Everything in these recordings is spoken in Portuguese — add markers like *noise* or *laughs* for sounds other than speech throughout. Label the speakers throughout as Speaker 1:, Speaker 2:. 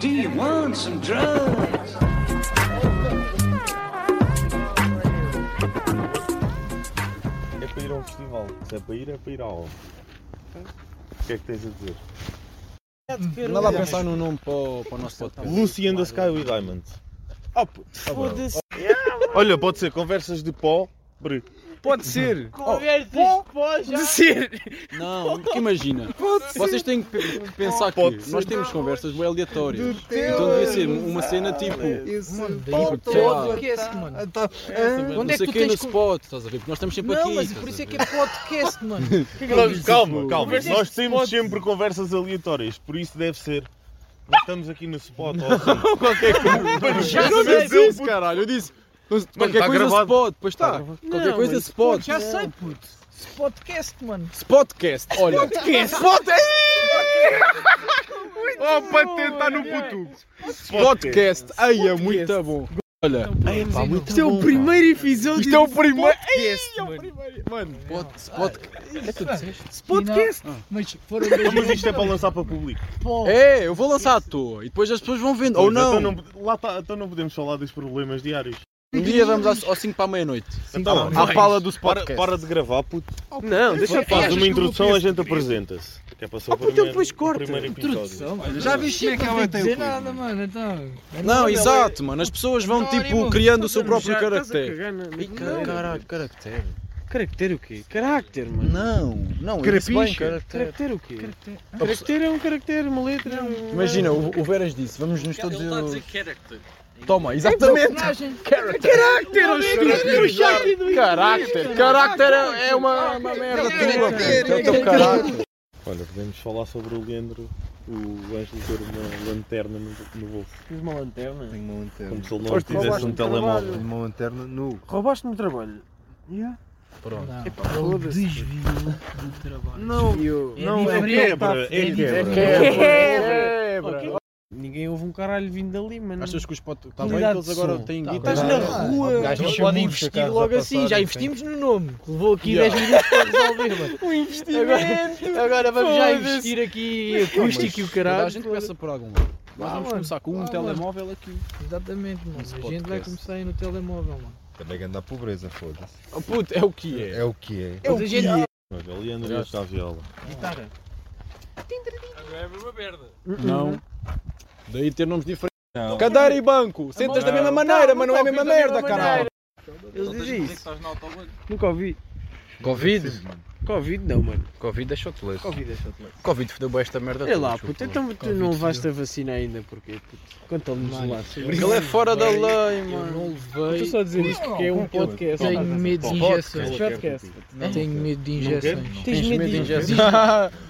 Speaker 1: Do you want some drugs?
Speaker 2: É para ir a um festival. Se é para ir, é para ir ao. O que é que tens a dizer?
Speaker 3: Anda lá a pensar num nome para o, para o nosso podcast.
Speaker 2: Lucy and the Sky with Diamonds.
Speaker 3: Oh, p- Foda-se.
Speaker 2: Ah, Olha, pode ser conversas de pó. Bre.
Speaker 3: Pode ser.
Speaker 4: Conversas de pó já.
Speaker 3: Não, que imagina. Vocês têm que pe- pensar que
Speaker 2: Pode ser.
Speaker 3: nós temos conversas bem aleatórias. Então devia ser uma cena tipo. sei lá,
Speaker 5: Todo podcast, mano.
Speaker 3: não
Speaker 5: Onde é que
Speaker 3: sei
Speaker 5: tu
Speaker 3: quem
Speaker 5: tens
Speaker 3: no
Speaker 5: con-
Speaker 3: spot, estás a ver? Porque nós estamos sempre aqui.
Speaker 5: Não, mas
Speaker 3: estás
Speaker 5: por isso
Speaker 3: a
Speaker 5: é que
Speaker 3: ver?
Speaker 5: é
Speaker 3: *laughs*
Speaker 5: podcast, mano.
Speaker 2: Calma, calma.
Speaker 4: Conversas
Speaker 2: Nós
Speaker 4: de
Speaker 2: temos
Speaker 4: spot.
Speaker 2: sempre conversas aleatórias, por isso deve ser. Nós estamos aqui no *laughs* spot ou assim. qualquer coisa.
Speaker 4: Já
Speaker 3: Eu
Speaker 4: sei,
Speaker 3: não disse isso, caralho. Eu disse. Qualquer
Speaker 2: tá
Speaker 3: coisa
Speaker 2: gravado.
Speaker 3: spot, pois está. Qualquer
Speaker 5: Não,
Speaker 3: coisa
Speaker 5: mano,
Speaker 3: spot.
Speaker 5: Já sei, puto. Podcast, mano.
Speaker 3: Spotcast. Olha. Spotcast.
Speaker 6: Oh,
Speaker 2: é
Speaker 6: patente está no putuco.
Speaker 3: Podcast. Ai, é muito bom. Olha.
Speaker 6: Isto é o primeiro episódio. Isto é o primeiro.
Speaker 5: Podcast, mano.
Speaker 3: Mano, pod- spot-
Speaker 5: Ah, Podcast. Mas foram dois
Speaker 2: Mas isto é para lançar para público.
Speaker 5: pó.
Speaker 3: É, eu vou lançar à toa e depois as pessoas vão vendo. Ou
Speaker 2: Pois,
Speaker 3: não.
Speaker 2: Então não, lá tá- então não podemos falar dos problemas diários.
Speaker 3: Um dia vamos às- ao 5 para a meia-noite.
Speaker 2: Então,
Speaker 3: À pala do
Speaker 2: para,
Speaker 3: podcast.
Speaker 2: para de gravar, puto.
Speaker 6: Não, deixa
Speaker 2: Faz uma introdução, a gente apresenta-se. Que é para ser o primeiro, depois corta. primeiro episódio.
Speaker 6: Já viste como é que ela tem
Speaker 5: dizer
Speaker 6: o
Speaker 5: nada, mano. Então.
Speaker 3: Não, exato, mano. As pessoas vão tipo criando o seu próprio caractere. Ih,
Speaker 6: Caractere.
Speaker 3: Caralho, caractere.
Speaker 6: Caractere o quê? Caractere, mano.
Speaker 3: Não, não, eu disse bem,
Speaker 6: Carapicho.
Speaker 3: caractere.
Speaker 6: Caractere o quê? Caractere é um caractere, uma letra. é um-
Speaker 3: Imagina, o, o Veras disse, vamos nos todos. Ele Toma, exatamente.
Speaker 5: Personagem.
Speaker 3: Carácter, carácter é é uma, uma merda tua. mano. É o teu carácter.
Speaker 2: Olha, podemos falar sobre o Leandro, o Ângelo ter uma lanterna no, no bolso.
Speaker 6: Fiz uma lanterna.
Speaker 7: Tenho uma lanterna.
Speaker 2: Como se ele não
Speaker 6: Foste
Speaker 2: tivesse um
Speaker 6: roubar-me
Speaker 2: telemóvel.
Speaker 7: Tenho uma lanterna no.
Speaker 6: Roubaste-me o trabalho. Yeah.
Speaker 3: Pronto.
Speaker 5: Não,
Speaker 6: Foda-se.
Speaker 5: desvio do trabalho.
Speaker 6: Não,
Speaker 5: Não, é
Speaker 2: quebra, é quebra.
Speaker 6: É Ninguém ouve um caralho vindo dali, mano.
Speaker 3: Achas que os potes. Está bem que
Speaker 6: Qualidade
Speaker 3: eles
Speaker 6: de
Speaker 3: agora
Speaker 6: som.
Speaker 3: têm
Speaker 5: Tá
Speaker 3: guita.
Speaker 6: Estás
Speaker 5: bem.
Speaker 6: na
Speaker 5: Ah,
Speaker 6: rua.
Speaker 7: gajo
Speaker 6: Não
Speaker 7: enche
Speaker 6: pode
Speaker 7: muito,
Speaker 6: investir
Speaker 7: carros a
Speaker 6: logo assim.
Speaker 7: passar,
Speaker 6: Já
Speaker 7: não
Speaker 6: investimos no nome. que Levou aqui
Speaker 3: Yeah.
Speaker 6: 10 minutos para resolver, mano.
Speaker 3: O
Speaker 6: Agora, agora vamos já
Speaker 3: Foda-se.
Speaker 6: investir aqui acústico e o
Speaker 3: Toda
Speaker 6: caralho.
Speaker 3: a gente começa por algum lado. Nós
Speaker 5: Ah,
Speaker 3: vamos
Speaker 5: mano.
Speaker 3: começar com um
Speaker 5: Ah,
Speaker 3: telemóvel aqui.
Speaker 5: Exatamente, mano.
Speaker 3: Esse
Speaker 5: A gente vai
Speaker 3: podcast.
Speaker 5: começar aí no telemóvel, mano.
Speaker 7: Também anda a pobreza, foda-se.
Speaker 3: Oh, puto, é o que é.
Speaker 7: É o que é.
Speaker 6: Mas a gente-
Speaker 2: Olha, o é Leandro e a Saviola.
Speaker 6: Guitarra. Hum,
Speaker 3: Não. Daí ter nomes diferentes. Cadeira e banco. Sentas da mesma maneira, mas não é a mesma merda, caralho.
Speaker 6: Ele
Speaker 3: é
Speaker 6: diz isso. Nunca ouvi.
Speaker 3: Covid?
Speaker 6: Covid não, mano.
Speaker 3: Covid deixou-te ler.
Speaker 6: Covid é só de
Speaker 3: Covid fodeu bem esta merda.
Speaker 6: Olha lá, puto, então tu não levaste a vacina ainda, porquê? puto? Conta-me lá.
Speaker 3: Ele é fora da lei,
Speaker 5: Eu
Speaker 3: mano.
Speaker 5: não
Speaker 3: *laughs*
Speaker 6: Estou
Speaker 5: levei.
Speaker 6: só a dizer isto porque é um podcast.
Speaker 5: Tenho medo de injeções.
Speaker 6: Este podcast.
Speaker 5: Tenho medo de injeções.
Speaker 6: Tens medo de injeções?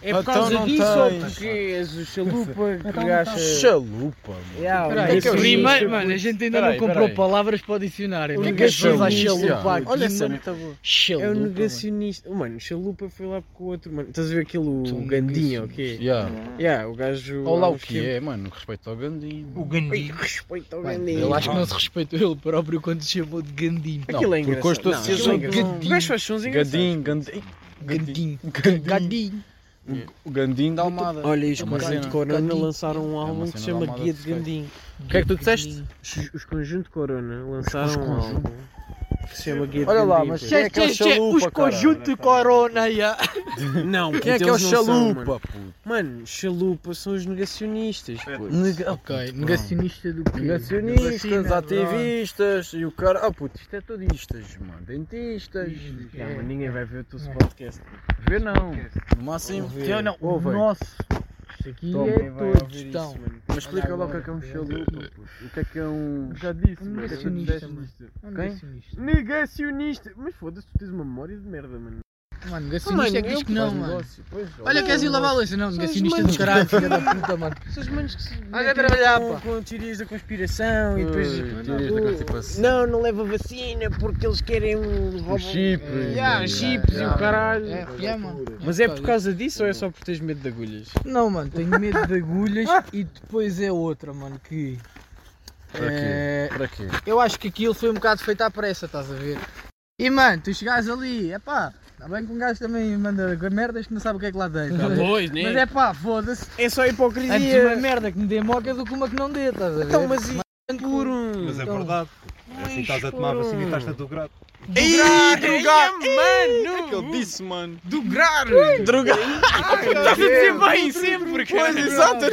Speaker 6: É por
Speaker 3: Então
Speaker 6: causa
Speaker 3: não
Speaker 6: disso ou
Speaker 3: tens. Então
Speaker 6: porque és
Speaker 3: *laughs*
Speaker 6: o chalupa que gasta...
Speaker 3: Chalupa, mano.
Speaker 6: Yeah,
Speaker 5: Peraí,
Speaker 6: o
Speaker 3: que é
Speaker 6: Nicolas-
Speaker 5: primeiro, mano, a gente ainda
Speaker 3: Peraí,
Speaker 5: não comprou
Speaker 3: peraí.
Speaker 5: palavras para o dicionário.
Speaker 6: O
Speaker 5: né?
Speaker 6: que é que
Speaker 5: Chega a
Speaker 6: chalupa?
Speaker 5: chalupa aqui,
Speaker 3: Olha a
Speaker 5: mano.
Speaker 3: cena.
Speaker 5: Chalupa,
Speaker 6: É um
Speaker 5: mano.
Speaker 6: negacionista. Mano, o chalupa foi lá com o outro, mano. Estás a ver aquele o
Speaker 3: um
Speaker 5: Tu
Speaker 6: Gandinho, ou
Speaker 3: é
Speaker 6: quê?
Speaker 3: Yeah.
Speaker 6: Yeah, o gajo...
Speaker 3: Olha lá
Speaker 6: há
Speaker 3: o
Speaker 6: uns
Speaker 3: que é, mano. Respeito ao Gandinho.
Speaker 5: O
Speaker 6: tempos-
Speaker 5: Gandhi.
Speaker 6: Ai, Respeito ao
Speaker 5: Mano,
Speaker 6: Gandinho.
Speaker 5: Eu acho que não se respeitou ele próprio quando se chamou de Gandinho.
Speaker 3: Não,
Speaker 6: Aquilo é
Speaker 3: porque
Speaker 6: engraçado.
Speaker 3: hoje tu
Speaker 6: Não,
Speaker 3: associas
Speaker 6: aquilo é
Speaker 3: um
Speaker 6: engraçado.
Speaker 5: Gandinho.
Speaker 6: O gajo faz sons engraçados.
Speaker 3: Gandinho, Gandinho.
Speaker 5: Gandinho.
Speaker 3: Gandinho.
Speaker 5: Gandinho.
Speaker 3: O Gandinho da Almada.
Speaker 6: Olha, os
Speaker 3: É uma
Speaker 6: Conjunto
Speaker 3: cena. É
Speaker 6: Corona
Speaker 5: Gandinho.
Speaker 6: lançaram um
Speaker 3: uma
Speaker 6: álbum
Speaker 3: cena
Speaker 6: que
Speaker 3: da
Speaker 6: se chama
Speaker 3: moda
Speaker 6: Guia
Speaker 3: do
Speaker 6: de
Speaker 3: skate.
Speaker 6: Gandinho.
Speaker 5: O
Speaker 6: que é que tu disseste? Os, os Conjunto Corona lançaram um álbum que se chama Guia de
Speaker 3: Olha
Speaker 6: Gandinho.
Speaker 3: lá, mas
Speaker 6: pô.
Speaker 3: quem é que é o chalupa,
Speaker 5: Os conjuntos de corona, já.
Speaker 6: Não,
Speaker 3: Quem é que é o chalupa, puto?
Speaker 6: Mano, chalupa são os negacionistas. pô.
Speaker 5: Ok,
Speaker 3: assim.
Speaker 5: negacionista do quê?
Speaker 6: é
Speaker 3: Negacionistas,
Speaker 5: Da vacina,
Speaker 3: ativistas e o cara. Ah, puto, isto é todistas, mano. Dentistas.
Speaker 5: É,
Speaker 6: Não, mas ninguém vai ver o teu podcast.
Speaker 3: Vê não. No máximo.
Speaker 6: Teu não,
Speaker 3: o
Speaker 5: Nossa. Isto aqui
Speaker 6: Ninguém
Speaker 5: é
Speaker 6: vai
Speaker 5: todos,
Speaker 6: ouvir
Speaker 5: estão.
Speaker 6: isso, mano.
Speaker 3: Mas explica lá o que é que é um chalupa, puto. O que é que é um. Já disse,
Speaker 5: Um negacionista, mano. Um
Speaker 3: Quem?
Speaker 5: negacionista.
Speaker 6: Negacionista! Mas foda-se, tu tens uma memória de merda, mano. Ah,
Speaker 5: Mano, negacionista é que diz que não, mano.
Speaker 3: um
Speaker 5: Olha,
Speaker 6: Não,
Speaker 5: queres ir
Speaker 6: não.
Speaker 5: lavar a louça? Não,
Speaker 6: São
Speaker 5: negacionista
Speaker 6: os
Speaker 5: do caralho, filha da puta, *laughs* mano.
Speaker 6: São os manos que se
Speaker 5: Olha,
Speaker 6: metem
Speaker 5: trabalhar,
Speaker 6: com,
Speaker 5: pá.
Speaker 6: com teorias da conspiração e depois.
Speaker 3: Ui, teorias da
Speaker 6: Oh,
Speaker 3: conspiração.
Speaker 6: Não, não leva vacina porque eles querem um roubo.
Speaker 3: chipre.
Speaker 6: Yeah, os chips e o caralho.
Speaker 5: É, é, mano.
Speaker 6: Mas é por causa disso ou é só por teres medo de agulhas?
Speaker 5: Não, mano, tenho medo de agulhas e depois é outra, mano, que.
Speaker 3: Para quê?
Speaker 5: É,
Speaker 3: Para quê?
Speaker 5: eu acho que aquilo foi um bocado feito à pressa, estás a ver? E mano, tu chegares ali, é pá, Está bem que um gajo também manda merdas que não sabe o que é que lá tem. tá a ver?
Speaker 6: Pois,
Speaker 5: Mas é pá, foda-se.
Speaker 6: É
Speaker 5: Antes
Speaker 6: só
Speaker 5: uma
Speaker 7: É
Speaker 6: hipocrisia.
Speaker 5: merda que me dê moca do que uma que não dê, estás a ver?
Speaker 6: Então, mas e
Speaker 5: Mas
Speaker 6: por
Speaker 7: Mas é
Speaker 5: Então.
Speaker 7: verdade. É assim que estás a tomar vacina e estás-te a dobrar.
Speaker 3: Ih, É drogar! mano! que ele disse, mano? Dugrar! Drogar!
Speaker 6: Estás Tá a dizer bem sempre,
Speaker 3: Pois, exato!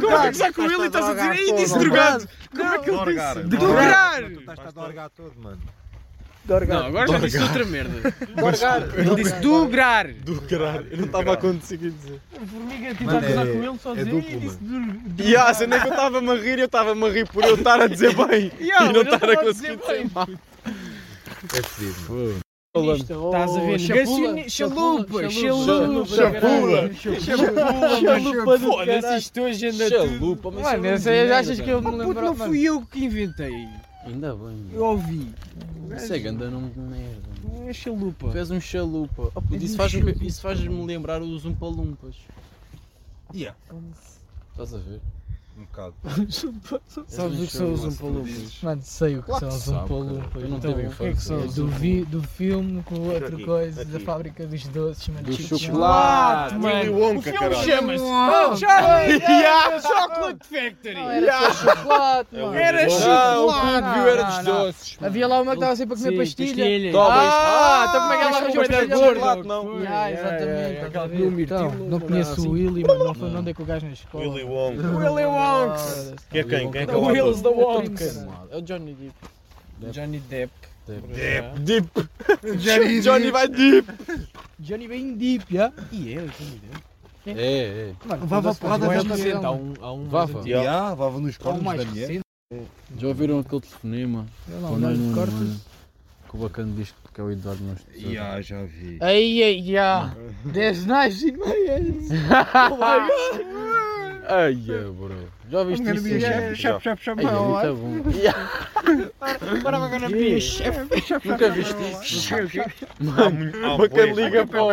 Speaker 3: Como é que está com ele e estás a dizer, ei, disse drogado! Como é que ele
Speaker 7: Dorgar.
Speaker 3: disse?
Speaker 7: Dorgar.
Speaker 3: Dugrar!
Speaker 7: Tu estás a dorgar todo, mano.
Speaker 6: Não, agora já disse outra merda.
Speaker 3: Ele disse
Speaker 6: Dugrar.
Speaker 3: dugrar! Eu não estava a conseguir dizer.
Speaker 4: Formiga,
Speaker 7: Mano,
Speaker 4: tive a gozar
Speaker 7: é-
Speaker 4: com ele sozinho
Speaker 7: duplo,
Speaker 4: e disse duro.
Speaker 3: E a cena é que eu estava-me a rir, eu estava-me a rir por eu estar a dizer bem e não estar a conseguir dizer mal.
Speaker 7: É fedido, mano. é
Speaker 3: Falando.
Speaker 6: Estás a ver? Negacioni- Chalupa, chalupa.
Speaker 3: Chapula!
Speaker 6: Chalupa do Foda-se, isto hoje anda tudo.
Speaker 3: Chalupa, mas é um
Speaker 5: Mano, essa aí achas que eu me
Speaker 6: Puto,
Speaker 5: lembro?
Speaker 6: não fui eu que inventei.
Speaker 3: Ainda bem,
Speaker 6: Eu ouvi.
Speaker 3: isso é ganda nome de merda.
Speaker 6: Não é chalupa.
Speaker 3: Tu és um chalupa. Oh, puto,
Speaker 5: És
Speaker 3: isso
Speaker 5: um
Speaker 3: faz-me
Speaker 5: chalupa.
Speaker 3: isso faz-me lembrar os umpalumpas.
Speaker 7: Yeah.
Speaker 3: Estás a ver? um
Speaker 7: Um bocado.
Speaker 6: Sabes o que são os umpalupas?
Speaker 5: Mano, sei o que são os
Speaker 3: sabe,
Speaker 5: Umpalumpa.
Speaker 3: cara. Eu não
Speaker 5: Então,
Speaker 3: tive
Speaker 5: o que é
Speaker 3: infância.
Speaker 5: que são?
Speaker 3: Eu
Speaker 5: Do, vi, do filme com outra
Speaker 2: aqui,
Speaker 5: coisa,
Speaker 2: aqui.
Speaker 5: da fábrica dos doces, tipo, mano.
Speaker 3: Do
Speaker 5: Chico
Speaker 3: chocolate!
Speaker 6: mano.
Speaker 2: Willy Wonka,
Speaker 6: O filme
Speaker 2: caralho.
Speaker 6: chama-se
Speaker 5: Uau.
Speaker 6: Oh, Chocolate Yeah, Chocolate Factory.
Speaker 5: Não, era só chocolate, mano.
Speaker 6: Era
Speaker 2: Não,
Speaker 3: Não, é o
Speaker 6: chocolate.
Speaker 3: que viu era dos
Speaker 5: Não, não, não.
Speaker 3: doces.
Speaker 5: Havia lá uma que estava sempre a comer
Speaker 6: Sim,
Speaker 5: pastilha.
Speaker 3: Toma isto.
Speaker 6: Ah, então como é que ela
Speaker 5: mas
Speaker 6: arranjou
Speaker 5: com
Speaker 6: para
Speaker 5: pastilha
Speaker 6: gorda?
Speaker 3: chocolate, não.
Speaker 6: Foi,
Speaker 5: Yeah,
Speaker 6: é,
Speaker 5: exatamente.
Speaker 6: é, é,
Speaker 5: estás a
Speaker 6: aquele
Speaker 5: ver?
Speaker 6: número,
Speaker 5: Então,
Speaker 6: tilo,
Speaker 5: não
Speaker 6: uma
Speaker 5: conheço
Speaker 6: assim.
Speaker 5: o Willy, mas não foi não andei com é o gajo na escola.
Speaker 2: Willy Wonka.
Speaker 6: Willy Wonks.
Speaker 2: Que é quem? Quem é que é o
Speaker 6: O Wills
Speaker 2: ator?
Speaker 6: da Wonks.
Speaker 3: É o Johnny Depp.
Speaker 6: Johnny Depp.
Speaker 3: Depp.
Speaker 6: Depp.
Speaker 3: Deep! *laughs* Johnny vai deep!
Speaker 5: Johnny bem deep, já?
Speaker 6: E é, o Johnny Depp.
Speaker 3: É, é.
Speaker 5: Mano, vava porrada
Speaker 6: Não é
Speaker 5: da
Speaker 6: recente, há
Speaker 5: Ele
Speaker 6: um, há um mais
Speaker 3: Vafa.
Speaker 6: antigo.
Speaker 2: Yeah.
Speaker 7: Yeah, vava nos cornos
Speaker 5: mais
Speaker 7: da mulher.
Speaker 3: Já ouviram aquele telefonema?
Speaker 5: não
Speaker 3: um
Speaker 5: dá de cortes.
Speaker 3: Que o bacana diz que é o Eduardo Mostra.
Speaker 7: Yeah, já vi.
Speaker 5: Ai, ai, ai. 10 nais e meias. Oh my God.
Speaker 3: Ai, é, bro. Já viste isso? Yeah.
Speaker 2: Já.
Speaker 3: Ai, é muito bom.
Speaker 5: é
Speaker 3: Nunca viste isso?
Speaker 2: Há muito- há um
Speaker 3: O bacana
Speaker 2: bué,
Speaker 3: liga
Speaker 2: bué.
Speaker 3: para o,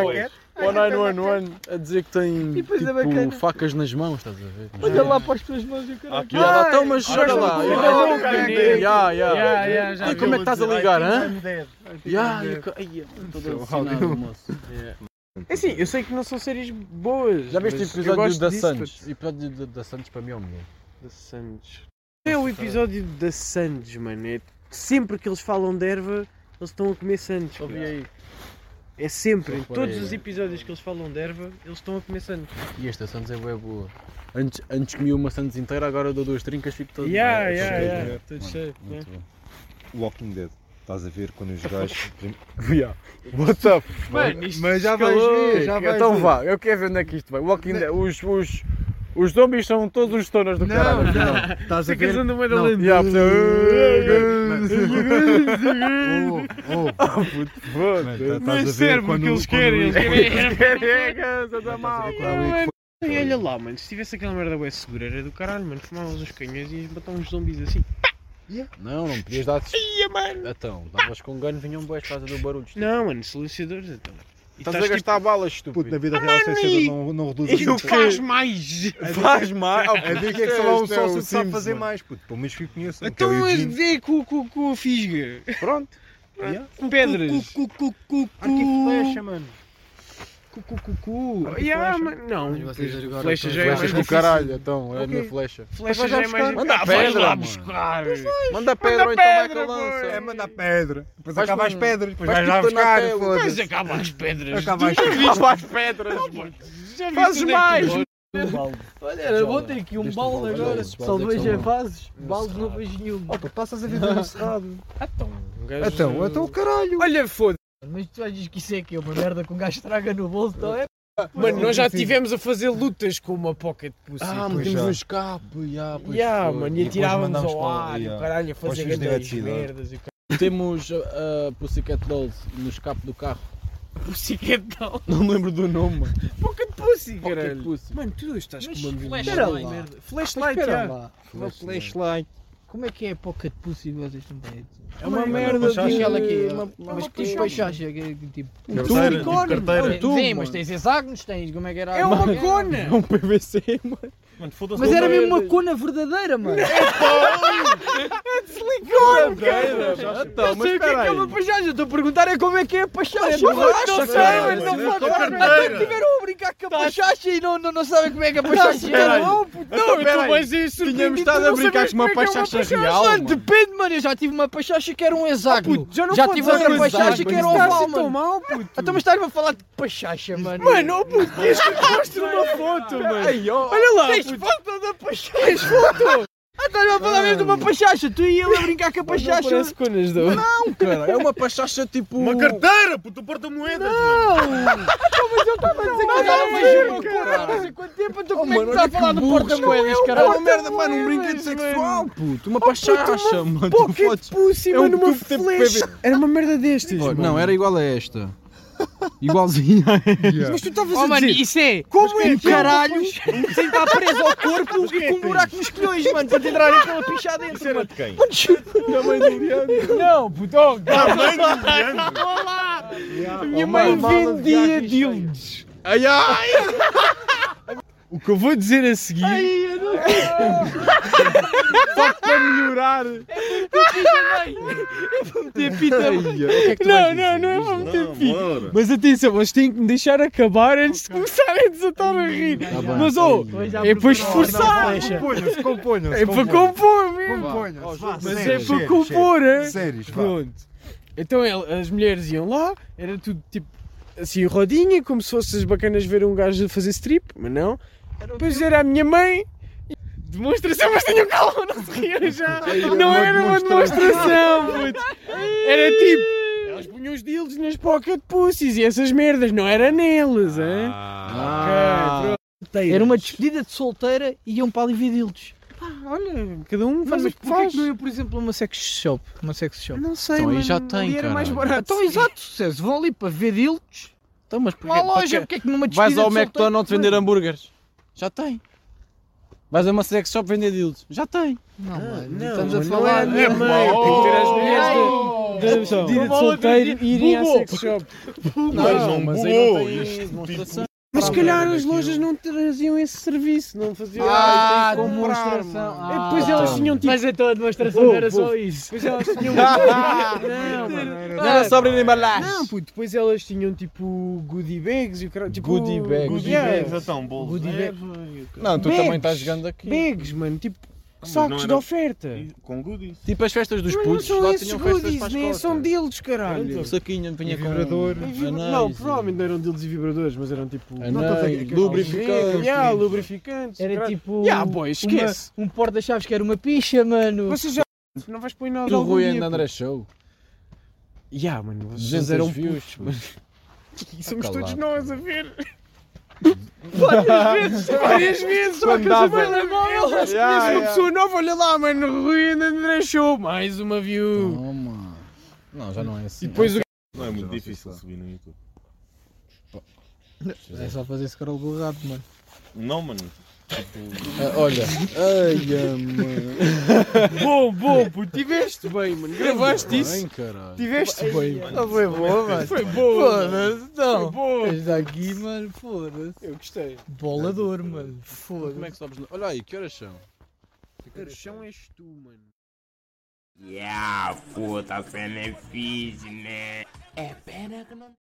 Speaker 3: para o 911 a dizer que tem tipo, facas nas mãos, estás a ver?
Speaker 5: Olha lá para as tuas mãos e o
Speaker 2: Há
Speaker 5: caralho.
Speaker 2: aqui- um-
Speaker 3: E ela, então, mas chora lá.
Speaker 2: mas-
Speaker 3: Ya,
Speaker 2: mas-
Speaker 3: ya, ya.
Speaker 6: Yeah, yeah, já
Speaker 3: E
Speaker 6: vi.
Speaker 3: como é que estás a ligar, hã?
Speaker 7: I'm dead.
Speaker 3: Ya, e co- ai, eu tô todo assinado, *laughs* moço.
Speaker 6: É assim, eu sei que não são séries boas.
Speaker 3: Já viste o
Speaker 6: mas eu
Speaker 3: episódio
Speaker 6: gosto
Speaker 3: da
Speaker 6: disso,
Speaker 3: Santos? O episódio da- da Santos para mim é o melhor.
Speaker 6: pá. Da Santos. É o episódio da Santos, mano. É sempre que eles falam de erva, eles estão a comer Santos.
Speaker 3: Ouvi aí.
Speaker 6: É sempre, em
Speaker 3: Só
Speaker 6: todos
Speaker 3: foi-
Speaker 6: os episódios que eles falam de erva, eles estão a comer Santos.
Speaker 3: E esta Santos é bué boa. Antes, antes comi uma Santos inteira, agora dou duas trincas fico todo.
Speaker 6: Yeah,
Speaker 3: Ah,
Speaker 6: yeah,
Speaker 3: cheio,
Speaker 6: yeah.
Speaker 3: né?
Speaker 6: Tudo
Speaker 3: Mano,
Speaker 6: cheio,
Speaker 3: muito bom.
Speaker 7: Walking Dead. Estás a ver quando os gajos.
Speaker 3: *laughs* Yeah. What up?
Speaker 6: Mano, isto
Speaker 7: Mas já vais ver, já vais
Speaker 3: Então
Speaker 7: ver.
Speaker 3: vá, eu quero ver onde é que isto vai. Walking Dead, os, os, os zombies são todos os stoners do caralho.
Speaker 7: não. Estás a
Speaker 6: ficas
Speaker 7: ver.
Speaker 6: andando uma da
Speaker 7: Não.
Speaker 6: lenda.
Speaker 3: Yeah, eh, *laughs*
Speaker 7: Oh,
Speaker 3: Ah,
Speaker 7: oh. Mano, tá-
Speaker 6: Mas
Speaker 7: Estás a ver
Speaker 6: serve o
Speaker 7: quando
Speaker 6: que eles
Speaker 7: quando-
Speaker 6: querem, eles
Speaker 3: *laughs*
Speaker 6: querem.
Speaker 7: Estás a ver quando-
Speaker 6: E olha lá, mano, se tivesse aquela merda bué segura era do caralho, mano, fumavas os canhões e ias matar uns zombies assim.
Speaker 3: Não, não podias dar. Então, davas com um ganho, vinham boas por causa do barulho.
Speaker 6: Não, mano, silenciadores então. E
Speaker 3: Estás a gastar balas, estúpido.
Speaker 7: Puto, na vida real,
Speaker 6: mano,
Speaker 7: sei
Speaker 6: e-
Speaker 7: se não, não reduz
Speaker 6: tipo, E o
Speaker 7: risco.
Speaker 6: faz mais!
Speaker 3: Faz mais.
Speaker 7: A dica é que só há um sócio que sabe fazer mais, puto. Pelo menos que eu conheço. que é
Speaker 6: Então
Speaker 7: o
Speaker 6: mas
Speaker 7: Eugene.
Speaker 6: vê com, com, com a fisga. Ah,
Speaker 3: Pronto.
Speaker 6: Com pedras. Cu, cu, cu, cu,
Speaker 7: Arquivo flecha, mano.
Speaker 6: cu, cu, cu, cu. Yeah, mano, não. pois, Flecha já é mais
Speaker 3: Flechas do
Speaker 6: difícil.
Speaker 3: caralho, então, é a minha flecha.
Speaker 6: Flecha
Speaker 3: Mas
Speaker 6: já
Speaker 3: vais
Speaker 6: é mais
Speaker 3: buscar? Manda
Speaker 6: Ah, vais
Speaker 3: pedra,
Speaker 6: lá
Speaker 3: mano.
Speaker 6: buscar.
Speaker 3: Manda pedra, ou então vai que eu lanço.
Speaker 7: É, manda pedra. Depois
Speaker 3: Vais
Speaker 7: acaba as
Speaker 3: com-
Speaker 7: pedras. Depois vais
Speaker 3: vais
Speaker 7: lá
Speaker 3: tipo na
Speaker 7: buscar.
Speaker 3: tela.
Speaker 7: foda-se.
Speaker 6: Mas acaba as pedras.
Speaker 7: Acaba as
Speaker 6: Acaba as pedras. Já é
Speaker 3: Fazes mais.
Speaker 5: Olha, era bom ter aqui um balde agora.
Speaker 3: baldes, baldes é que
Speaker 5: Salvei
Speaker 3: são
Speaker 5: já vasos. Balde não vejo nenhum.
Speaker 7: Opa, passas a vida no cerrado. Então, então o caralho.
Speaker 6: Olha, foda
Speaker 5: Mas tu achas que isso é que é uma merda que um gajo traga no bolso, então é?
Speaker 6: Mano, nós já estivemos a fazer lutas com uma pocket pussy.
Speaker 3: Ah,
Speaker 7: pois
Speaker 3: metemos
Speaker 7: já.
Speaker 3: um escape, yeah, pois
Speaker 6: yeah,
Speaker 3: foi.
Speaker 6: mano,
Speaker 7: E
Speaker 6: e
Speaker 7: depois
Speaker 6: atirávamos
Speaker 7: mandámos
Speaker 6: ao
Speaker 7: para lá,
Speaker 6: ar, e o
Speaker 7: yeah.
Speaker 6: caralho, a fazer
Speaker 7: Vocês
Speaker 6: grandes
Speaker 7: divertido,
Speaker 6: merdas e o caralho.
Speaker 3: Temos a Pussycat Dolls no escape do carro.
Speaker 6: Pussy que tal?
Speaker 3: Não me lembro do nome, mano.
Speaker 6: Pocket pussy,
Speaker 3: Pocket
Speaker 6: caralho.
Speaker 3: Pussy.
Speaker 6: Mano, Ah, tu estás com
Speaker 5: Mas é
Speaker 6: uma
Speaker 5: flashlight.
Speaker 6: memória de merda.
Speaker 5: Mas
Speaker 6: Flashlight, É
Speaker 5: espera
Speaker 6: yeah.
Speaker 5: lá.
Speaker 7: Flashlight.
Speaker 5: Como é que é pocket pussy vocês não têm?
Speaker 6: É uma merda
Speaker 5: Mas
Speaker 6: de...
Speaker 5: aquela é aqui,
Speaker 6: uma-
Speaker 5: mas que peixacha, que, que tipo...
Speaker 2: Carteira, tipo
Speaker 6: unicórnio,
Speaker 2: carteira.
Speaker 3: tubo,
Speaker 5: Sim, mas
Speaker 3: mano.
Speaker 5: tens hexágonos, tens como é que era?
Speaker 6: É
Speaker 5: a-
Speaker 6: uma
Speaker 5: É.
Speaker 6: cona!
Speaker 3: É um PVC, mano.
Speaker 8: Mano, foda-se.
Speaker 5: Mas era mesmo uma cona verdadeira, mano. *laughs*
Speaker 6: É
Speaker 5: É
Speaker 3: Então, mas espera aí.
Speaker 5: pachada, estou a perguntar é como é que é a pachada.
Speaker 3: Pachada,
Speaker 5: não
Speaker 3: pachada,
Speaker 5: sei, mas não
Speaker 8: mas
Speaker 5: falo.
Speaker 8: é carteira.
Speaker 5: Até tiveram a brincar com a
Speaker 6: Tá.
Speaker 5: pachacha e não, não, não sabem como é que a pachacha
Speaker 3: espera
Speaker 5: era.
Speaker 3: aí.
Speaker 5: Não, puto, é
Speaker 3: Então,
Speaker 5: não.
Speaker 3: pera aí. Tínhamos
Speaker 5: surpreendido,
Speaker 3: estado a
Speaker 5: não
Speaker 3: brincar
Speaker 5: sabias
Speaker 3: com uma
Speaker 5: como é que é uma
Speaker 3: pachacha
Speaker 5: pachacha.
Speaker 3: real,
Speaker 5: Mano,
Speaker 3: mano.
Speaker 5: depende, mano. Eu já tive uma pachacha que era um hexágono.
Speaker 6: Ah, puto, já não um
Speaker 5: já
Speaker 6: podes
Speaker 5: tive outra
Speaker 3: dizer
Speaker 5: pachacha
Speaker 3: hexágono.
Speaker 5: que era um
Speaker 6: Está assim
Speaker 5: oval,
Speaker 6: tão
Speaker 5: mano.
Speaker 6: mal, puto.
Speaker 5: Então, mas estás-me a falar de pachacha, mano.
Speaker 6: Mano, oh puto, tens que mostrar uma foto, mano. Olha lá,
Speaker 5: Tens
Speaker 6: puto.
Speaker 5: foto da pachacha. Tens foto. Ah, estás-me a falar mesmo de uma pachacha. Tu e eu a brincar com a
Speaker 6: Não
Speaker 5: pachacha.
Speaker 6: parece conas, não.
Speaker 3: Cara, é uma pachacha tipo.
Speaker 8: Uma carteira, puto, porta-moedas. mano.
Speaker 5: Mas é ela fez uma cor há não sei quanto tempo, então como é que
Speaker 3: mano,
Speaker 5: está a
Speaker 3: olha que
Speaker 5: falar de
Speaker 3: burros,
Speaker 5: porta-moedas,
Speaker 3: É uma
Speaker 5: caralho?
Speaker 3: merda, mano, um brinquedo sexual, puto. Uma pachacha, mano. Tu fotos.
Speaker 6: Pussy,
Speaker 3: É um
Speaker 6: mano, uma
Speaker 3: tubo tipo
Speaker 6: flecha.
Speaker 3: PV.
Speaker 6: Era uma merda destes,
Speaker 3: Oh,
Speaker 6: mano.
Speaker 3: Não, era igual a esta. Igualzinha a esta.
Speaker 6: Mas tu estavas
Speaker 5: Oh,
Speaker 6: a
Speaker 5: mano,
Speaker 6: dizer...
Speaker 5: isso é como é que caralho sem estar preso ao corpo e com um buraco nos colhões, mano, para te entrarem pela pichada dentro,
Speaker 2: Isso era
Speaker 5: mano.
Speaker 2: de quem?
Speaker 5: Mano, juro,
Speaker 6: Não, puto, oh,
Speaker 8: Ah, mãe do Leandro.
Speaker 6: minha mãe vendia dildos. Ai, ai. *laughs* O que eu vou dizer a seguir... *laughs* Só para melhorar...
Speaker 5: de pita,
Speaker 6: É
Speaker 5: mano.
Speaker 6: Não, não, não é para meter pico.
Speaker 2: Bora.
Speaker 6: Mas atenção, vocês têm que me deixar acabar antes de começarem a desatar a rir. Mas oh, é para esforçar.
Speaker 7: Componham-se, componham-se.
Speaker 6: É para compor mesmo.
Speaker 7: Componham-se. vá,
Speaker 6: Mas é
Speaker 7: sérios,
Speaker 6: para
Speaker 7: sérios,
Speaker 6: compor,
Speaker 7: sérios,
Speaker 6: é?
Speaker 7: Sérios, vá.
Speaker 6: Pronto. Então ele- as mulheres iam lá, era tudo tipo assim, rodinha, como se fossem as bacanas ver um gajo a fazer strip, mas não.
Speaker 5: é.
Speaker 6: Depois era a minha mãe. Demonstração, mas tenham calma, não se riam já. Não era uma demonstração, puto. Era tipo, elas punham os dildos nas pocket pussies e essas merdas, não era nelas, hein?
Speaker 3: Ah,
Speaker 5: Era uma despedida de solteira e iam para ali ver dildos.
Speaker 6: Olha, cada um
Speaker 5: Mas
Speaker 6: faz o que
Speaker 5: porquê é
Speaker 6: faz.
Speaker 5: que não ia, por exemplo, a uma sex shop? Uma sex shop.
Speaker 6: Não sei,
Speaker 3: Então aí
Speaker 6: mano,
Speaker 3: já tem,
Speaker 6: ali era mais
Speaker 3: caralho.
Speaker 6: barato.
Speaker 5: Então, exato, sucesso, vão ali para ver dildos.
Speaker 3: Então, mas porquê-
Speaker 5: Uma loja,
Speaker 3: porquê-
Speaker 5: porque é que numa despedida
Speaker 3: Vais ao
Speaker 5: de solteiro-
Speaker 3: McDonald's
Speaker 6: é.
Speaker 3: vender hambúrgueres. Já tem. Vais a uma sex shop vender dildos. Já tem.
Speaker 5: Não, mano,
Speaker 6: não,
Speaker 5: estamos a
Speaker 6: mano, não
Speaker 5: falar...
Speaker 6: é minha
Speaker 5: de-
Speaker 6: mãe, tem que ter as mulheres de-
Speaker 3: Atenção.
Speaker 6: despedida de solteiro e irem à
Speaker 8: Bugou.
Speaker 6: sex shop.
Speaker 2: um
Speaker 8: Não, mas aí não é tem
Speaker 3: demonstração.
Speaker 6: Mas se
Speaker 5: é,
Speaker 6: calhar as lojas não traziam esse serviço, não faziam.
Speaker 3: Ah,
Speaker 6: "Ai, tenho que comprar,
Speaker 3: demonstração.
Speaker 6: mano." E depois elas tinham tipo.
Speaker 5: Mas então a demonstração
Speaker 6: Vou,
Speaker 5: não era
Speaker 6: vou.
Speaker 5: só isso.
Speaker 6: Depois
Speaker 5: *laughs*
Speaker 6: elas tinham. não, mano.
Speaker 2: Tipo,
Speaker 3: Não era sobre embalagem.
Speaker 6: Não, puto, depois elas tinham tipo goodie bags e o cara. Tipo,
Speaker 3: Goodie bags.
Speaker 8: Goodie
Speaker 6: yeah,
Speaker 8: bags, então, bolos.
Speaker 6: Goodie
Speaker 2: né?
Speaker 8: É,
Speaker 3: Não, tu
Speaker 6: Bags.
Speaker 3: também estás jogando aqui.
Speaker 6: Bags, mano, tipo
Speaker 5: Ah,
Speaker 2: mas não
Speaker 6: sacos
Speaker 2: era-
Speaker 6: de oferta.
Speaker 2: Com goodies.
Speaker 3: Tipo as festas dos
Speaker 6: Mas não
Speaker 3: putos,
Speaker 6: são
Speaker 3: lá
Speaker 6: esses
Speaker 3: tinham festas para
Speaker 6: goodies,
Speaker 3: as
Speaker 6: né?
Speaker 3: costas.
Speaker 6: são dildos, caralho.
Speaker 3: O saquinho vinha
Speaker 7: E
Speaker 3: com...
Speaker 7: vibrador.
Speaker 6: E vibra-
Speaker 3: anéis
Speaker 6: Não,
Speaker 3: e-
Speaker 6: provavelmente não eram dildos e vibradores, mas eram tipo.
Speaker 3: Anéis,
Speaker 7: Não, tô a dizer que-
Speaker 3: lubrificante.
Speaker 6: Yeah, lubrificantes.
Speaker 5: Era
Speaker 6: caralho.
Speaker 5: tipo.
Speaker 6: Yeah, boy, esquece.
Speaker 5: uma- um porta-chaves que era uma picha, mano.
Speaker 6: Vocês já. Não vais pôr nada
Speaker 3: Do
Speaker 6: algum
Speaker 3: Rui
Speaker 6: dia,
Speaker 3: and
Speaker 6: pô. um
Speaker 3: André Show.
Speaker 6: Ya, mano, vocês
Speaker 3: 200
Speaker 6: eram
Speaker 3: views,
Speaker 6: putos,
Speaker 3: mano.
Speaker 6: mano. E somos
Speaker 3: Calado,
Speaker 6: todos
Speaker 3: pô.
Speaker 6: nós a ver. várias vezes, *laughs* várias vezes, só que
Speaker 3: dava.
Speaker 6: eu telemóvel. Mas
Speaker 3: Ya,
Speaker 6: conheço uma
Speaker 3: ya.
Speaker 6: pessoa nova, olha lá, mano, Rui and André Show, mais uma view.
Speaker 3: Toma. Não, já Então, não é assim.
Speaker 6: E depois o
Speaker 2: Não é muito difícil subir no YouTube.
Speaker 5: É só fazer esse carol rápido, mano.
Speaker 2: Não, mano. Tipo,
Speaker 3: Ah, olha. *laughs* Ai, mano.
Speaker 6: Bom, bom, puto, tiveste bem, mano. Gravaste isso.
Speaker 3: Bem, caralho.
Speaker 6: Tiveste bem, mano.
Speaker 5: Não foi boa, mano.
Speaker 6: Foi boa. mano.
Speaker 5: Foda-se, não.
Speaker 6: Boa.
Speaker 5: Mas daqui, mano, foda-se.
Speaker 6: Eu gostei.
Speaker 5: Bolador, mano.
Speaker 3: Como é
Speaker 5: Foda-se.
Speaker 3: que sabes? Olha aí, que horas são?
Speaker 6: Cara, chão és tu, mano.
Speaker 9: Yeah, puta, cena é fixe, né? É pena que não